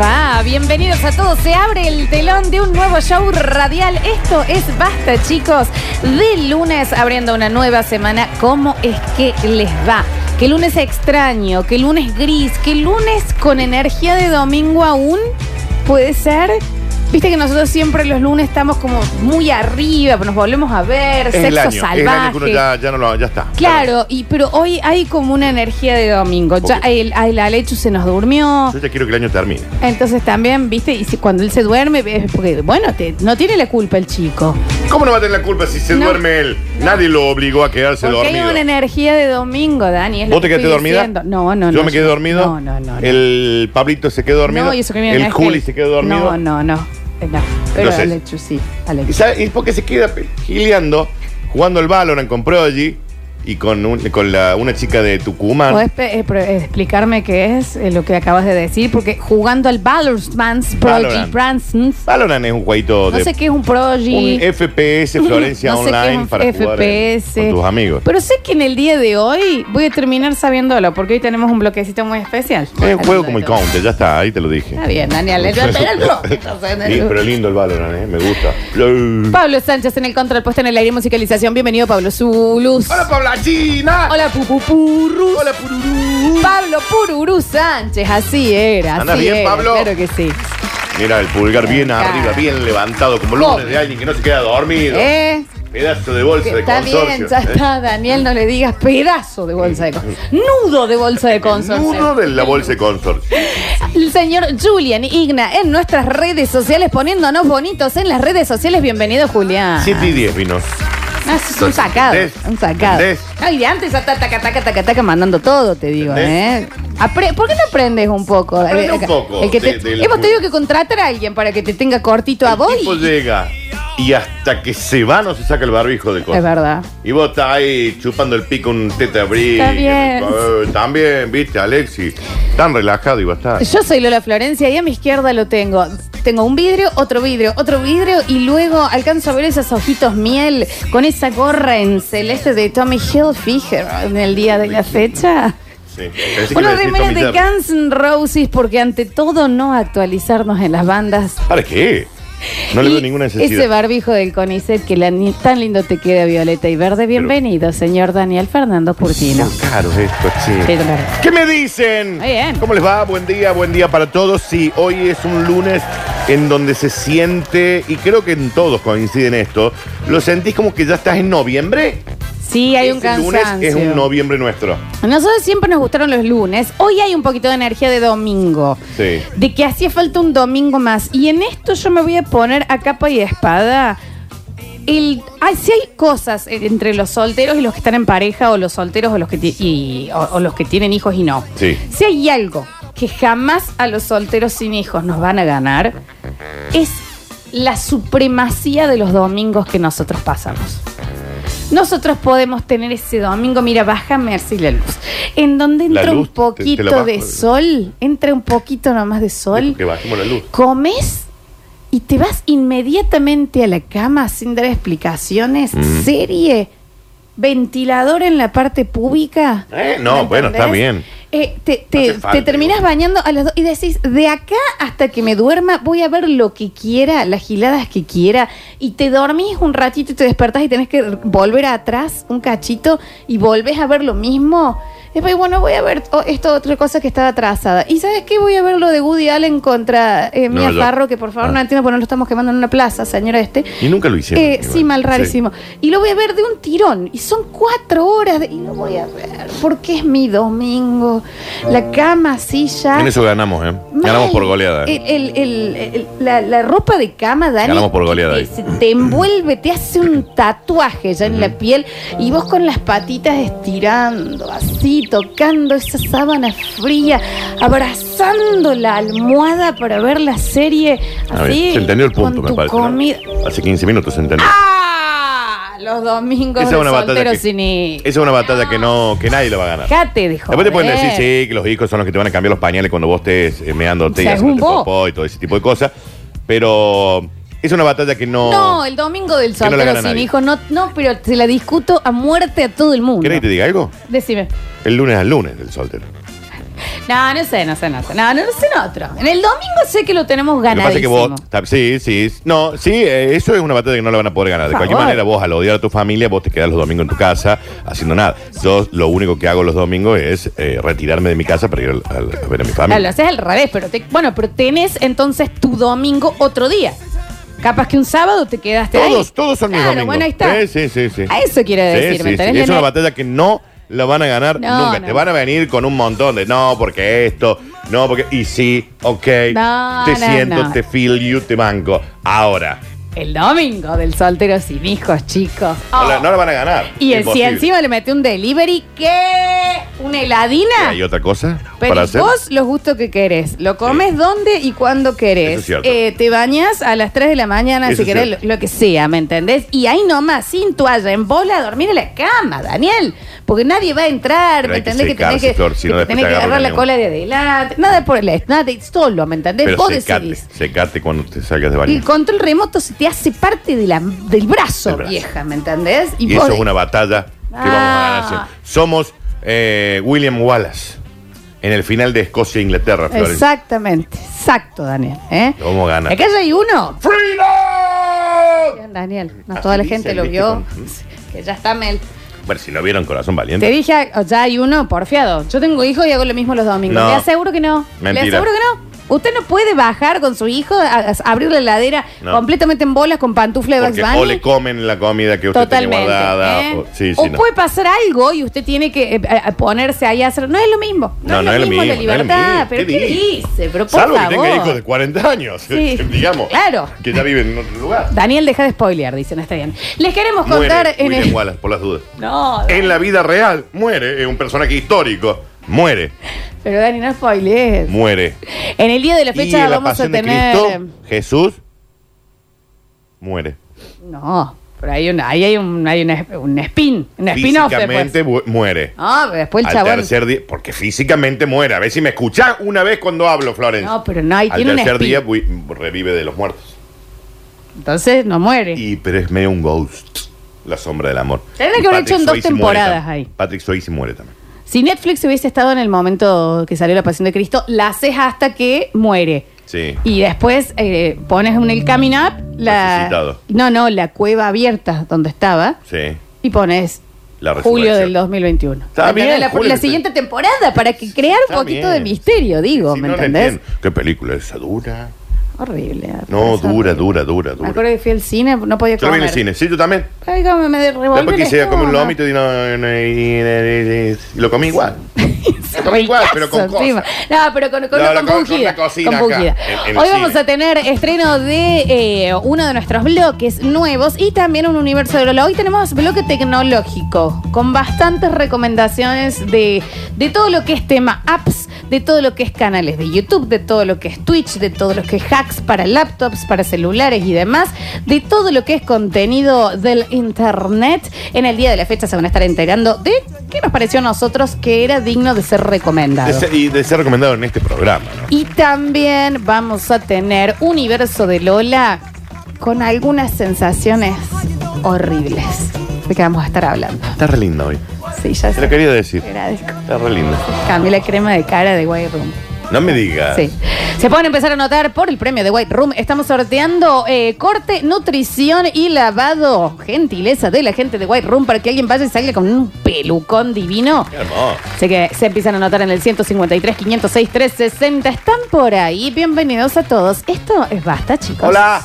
va? Bienvenidos a todos. Se abre el telón de un nuevo show radial. Esto es Basta, chicos. De lunes abriendo una nueva semana. ¿Cómo es que les va? Que lunes extraño, que lunes gris, que lunes con energía de domingo aún puede ser. Viste que nosotros siempre los lunes estamos como muy arriba, nos volvemos a ver, Es sexo el año, salvaje. es el año que uno ya, ya no lo ya está. Claro, y pero hoy hay como una energía de domingo. Ya Porque- el, el Alechu se nos durmió. Yo ya quiero que el año termine. Entonces también, viste, y si, cuando él se duerme, ves, porque, bueno, te- no tiene la culpa el chico. ¿Cómo no va a tener la culpa si se No. duerme él? Nadie lo obligó a quedarse Porque hay dormido. una energía de domingo, Dani. es lo ¿Vos te que quedaste estoy dormida? diciendo. No, no, no. yo me quedé dormido. No, no, no. no. El Pablito se quedó dormido. No, y eso que mi el nena Juli es se quedó dormido. No, no, no. Eh, no. Pero Entonces- Alechu sí. Alechu. ¿Y sabe- y por qué se queda pe- gileando, jugando el Valorant con Prodigy y con, un- con la- una chica de Tucumán? ¿Podés pe- eh, pro- eh, explicarme qué es eh, lo que acabas de decir? Porque jugando al Ballerman's Prodigy Valorant. Bransons, Valorant es un jueguito no de sé qué es un Prodigy. un FPS Florencia No sé qué es Online un para jugar en- FPS. con tus amigos. Pero sé que en el día de hoy voy a terminar sabiéndolo, porque hoy tenemos un bloquecito muy especial. es un juego como el Counter, ya está, ahí te lo dije. Está bien, Daniel. le voy a pegar el bloque, entonces, en el- Este, Sí, pero lindo el Valorant, ¿eh? me gusta. Eh. Pablo Sánchez en el control, puesto en el aire y musicalización. Bienvenido, Pablo Zulus. Hola Paula China. Hola, Pupupurrus. Hola, Pururú. Pablo Pururú Sánchez, así era. ¿Andás así bien, era, Pablo? Claro que sí. Mira el pulgar bien Acá. arriba, bien levantado, como lunes Oh. de alguien que no se queda dormido. ¿Eh? Pedazo de bolsa de Está consorcio. bien, ya ¿eh? está, Daniel, no le digas pedazo de bolsa de consorcio. Nudo de bolsa de consorcio. Uno de la bolsa de consorcio. El señor Julian Igna en nuestras redes sociales, poniéndonos bonitos en las redes sociales. Bienvenido, Julián. 7 y 10 vino. Ah, eso es un sacado. ¿Entendés? Un sacado. ¿Entendés? Ay, de antes ya está taca, taca, taca, taca, mandando todo, te digo, ¿Entendés? ¿eh? Apre- ¿Por qué no aprendes un poco? Aprende Eh, un poco El que de- te- de la hemos cultura. tenido que contratar a alguien para que te tenga cortito a vos. El tipo y- llega y hasta que se va no se saca el barbijo del Es coche. verdad. Y vos estás ahí chupando el pico un teta brillo. Está bien. eh, también, viste, Alexi. Tan relajado iba a estar. Yo soy Lola Florencia y a mi izquierda lo tengo. Tengo un vidrio, otro vidrio, otro vidrio y luego alcanzo a ver esos ojitos miel con esa gorra en celeste de Tommy Hilfiger en el día de la fecha. Sí. Pensé que iba a Unos decir remeras Tommy de Jerry. Guns N' Roses porque ante todo no actualizarnos en las bandas. ¿Para qué? No le Y veo ninguna Ese necesidad. barbijo del CONICET que la ni- tan lindo te queda violeta y verde. Bienvenido, señor Daniel Fernando Curtino. Son caros estos, che. Qué dolor. ¿Qué me dicen? Muy bien. ¿Cómo les va? Buen día, buen día para todos. Sí, hoy es un lunes en donde se siente, y creo que en todos coinciden esto, lo sentís como que ya estás en noviembre. Sí, hay un Ese Este lunes cansancio. es un noviembre nuestro. A Nosotros siempre nos gustaron los lunes. Hoy hay un poquito de energía de domingo. Sí. De que hacía falta un domingo más. Y en esto yo me voy a poner a capa y espada. El, ah, si hay cosas eh, entre los solteros y los que están en pareja, o los solteros o los que, ti- y- o- o los que tienen hijos y no. Sí. Si hay algo que jamás a los solteros sin hijos nos van a ganar, es la supremacía de los domingos que nosotros pasamos. Nosotros podemos tener ese domingo, mira, bájame así la luz. En donde La entra un luz, te- te la poquito bajo, de eh. sol, entra un poquito nomás de sol, Dijo Que bajemos la luz. comes y te vas inmediatamente a la cama sin dar explicaciones. Mm. Serie, ventilador en la parte pública. Eh, ¿Me no, bueno, está entendés? bien. Eh, te, te- hace falta, te terminás digo. bañando a las dos y decís, de acá hasta que me duerma voy a ver lo que quiera, las giladas que quiera, y te dormís un ratito y te despertás y tenés que volver atrás un cachito y volvés a ver lo mismo. Después, bueno, voy a ver oh, esto otra cosa que estaba atrasada. ¿Y sabes qué? Voy a ver lo de Woody Allen contra eh, No, Mia yo- Farro, que por favor Ah. no entiendo por no lo estamos quemando en una plaza, señora este. Y nunca lo hicieron. Eh, igual. sí, mal rarísimo. Y lo voy a ver de un tirón. Y son cuatro horas. de- y lo voy a ver. Porque es mi domingo. La cama, silla. En eso ganamos, ¿eh? Mal. Ah. Ganamos por goleada. ¿eh? El- el- el- el- la, la ropa de cama, Dani. Ganamos por goleada eh, ahí. se te envuelve, te hace un tatuaje ya en la piel. Y vos con las patitas estirando, así, tocando esa sábana fría, abrazando la almohada para ver la serie. A ver, Así. Ah, se entendió el con punto, me tu parece. ¿no? comida. Hace 15 minutos se entendió. ¡Ah! Los domingos Esa de es una batalla. solteros Que, sin esa es una batalla que no, que nadie la va a ganar. Dejate de joder. Después te pueden decir, sí, que los hijos son los que te van a cambiar los pañales cuando vos estés eh, meándote y Según haciéndote vos. popó y todo ese tipo de cosas. Pero es una batalla que no. No, el domingo del Que no la soltero gana sin nadie. hijos. No, no, pero se la discuto a muerte a todo el mundo. ¿Querés que te diga algo? Decime. El lunes al lunes del soltero. No, no sé, no sé, no sé. No, no, no sé en otro. En el domingo sé que lo tenemos Lo que ganadísimo. pasa es que vos. ta- Sí, sí. No, sí, eh, eso es una batalla que no la van a poder ganar. De Por cualquier favor. manera, vos al odiar a tu familia, vos te quedás los domingos en tu casa haciendo nada. Yo lo único que hago los domingos es eh, retirarme de mi casa para ir al- al- a ver a Claro, mi lo familia. haces al revés, pero te- bueno, pero tenés entonces tu domingo otro día. Capaz que un sábado te quedaste ahí. Todos, todos son mis Claro, domingos. bueno, ahí está. Eh, Sí, sí, sí. A eso quiero Sí, decir, sí, ¿me sí. entendés? Es una Tener- batalla que no la van a ganar No, nunca. no. Te van a venir con un montón de no, porque esto, no, porque. Y sí, ok. No, te no, siento, no. te feel you, te banco. Ahora. El domingo del soltero sin hijos, chicos. No, la, no la van a ganar. Y el, si Imposible. encima le metí un delivery, ¿qué? ¿Una heladina? ¿Hay otra cosa Pero para hacer? vos los gustos que querés, lo comes donde y cuando querés. Eso es cierto. Eh, te bañas a las 3 de la mañana, Eso si es querés, lo, cierto. lo que sea, ¿me entendés? Y ahí nomás, sin toalla, en bola, a dormir en la cama, Daniel. Porque nadie va a entrar, Pero ¿me hay que entendés? Que tenés secarse, que, Flor, si que no te después tenés te que agarra agarrar la el cola de adelante. Nada por el nada de- solo, ¿me entendés? Pero vos secate, decidís. secate cuando te salgas de baño. El control remoto se te hace parte de la- del brazo, Del brazo. vieja, ¿me entendés? Y, vos eso es de- una batalla que Ah. vamos a ganar. sí. Somos eh, William Wallace en el final de Escocia e Inglaterra, Florencia. Exactamente, exacto, Daniel. ¿eh? Lo vamos a ganar. Acá ya hay uno. ¡Freedom! Daniel, no, Así toda la dice, gente lo ¿viste? vio. Con- Que ya está Mel. Bueno, si no vieron Corazón Te Valiente. dije, ah, ya hay uno, porfiado. Yo tengo hijos y hago lo mismo los domingos. No. Le aseguro que no. Mentira. Le aseguro que no. Usted no puede bajar con su hijo, a- a- abrir la heladera No. completamente en bolas con pantufla de Bugs Porque o Bunny. le comen la comida que usted tiene Totalmente. guardada. ¿eh? O, sí, O sí, no. puede pasar algo y usted tiene que eh, eh, ponerse ahí a hacer. No es lo mismo. No, es, lo mismo, la no es lo libertad. mismo. Pero ¿Qué ¿qué dice? dice? Pero por Salvo favor. que tenga hijos de 40 años, Sí. digamos. Claro. Que ya viven en otro lugar. Daniel, deja de spoilear, dicen, está bien. Les queremos Muere contar en William el. Wallace, por las dudas. No, En la vida real, muere. Es un personaje histórico. Muere, pero Dani, no spoilees. muere. En el día de la Y fecha en la vamos a pasión de tener. Cristo, Jesús muere. eh, No, pero hay un, ahí hay un, hay un, es- un spin, un spin-off físicamente después. bu- muere. No, pero después el Al chabón. tercer día, porque físicamente muere. A ver si me escuchás una vez cuando hablo, Florencia. No, pero no hay, Al tiene un tercer spin. día bu- revive de los muertos. Entonces no muere. Y, pero es medio un ghost, la sombra del amor. Tendría Y que haber Patrick hecho en dos Swayze temporadas muere ahí. tam- Patrick Swayze muere también. Si Netflix hubiese estado en el momento que salió La Pasión de Cristo, la haces hasta que muere. Sí. Y después eh, pones en el coming up la. Resucitado. No, no, la cueva abierta donde estaba Sí. y pones La julio resurrección. del 2021. Está ¿Entendés? bien, la, Julio, la que- siguiente temporada para que crear un Está poquito bien. de misterio, digo, Sí, ¿me no la entendés? entiendo. ¿Qué película es esa? ¿Dura? Horrible. No, Eso, dura, horrible. dura, dura, Me dura. acuerdo que fui al cine, no podía Yo lo comer. vi en el cine. Sí, yo también. Ay, cómo me revolvió Después el quise ir a comer un estómago. lomito y, no, no- y- y lo comí igual. Lo comí igual, pero con Ricazo, encima. cosas. No, pero con, con, No, una- no, con con- con pungida, una cocina con acá, pungida. en- en Hoy el vamos cine. a tener estreno de eh, uno de nuestros bloques nuevos y también un universo de Lola. Hoy tenemos bloque tecnológico con bastantes recomendaciones de, de todo lo que es tema apps, de todo lo que es canales de YouTube, de todo lo que es Twitch, de todo lo que es hacks para laptops, para celulares y demás, de todo lo que es contenido del internet. En el día de la fecha se van a estar enterando de qué nos pareció a nosotros que era digno de ser recomendado. De ser- y de ser recomendado en este programa, ¿no? Y también vamos a tener Universo de Lola con algunas sensaciones horribles de que vamos a estar hablando. Está re linda hoy. Sí, ya Te lo sé. quería decir. Te agradezco. Está re linda. Cambié la crema de cara de White Room. No me digas. Sí. Se pueden empezar a anotar por el premio de White Room. Estamos sorteando eh, corte, nutrición y lavado. Gentileza de la gente de White Room para que alguien vaya y salga con un pelucón divino. Qué hermoso. Sé que se empiezan a anotar en el 153, 506, 360. Están por ahí. Bienvenidos a todos. Esto es Basta, chicos. Hola.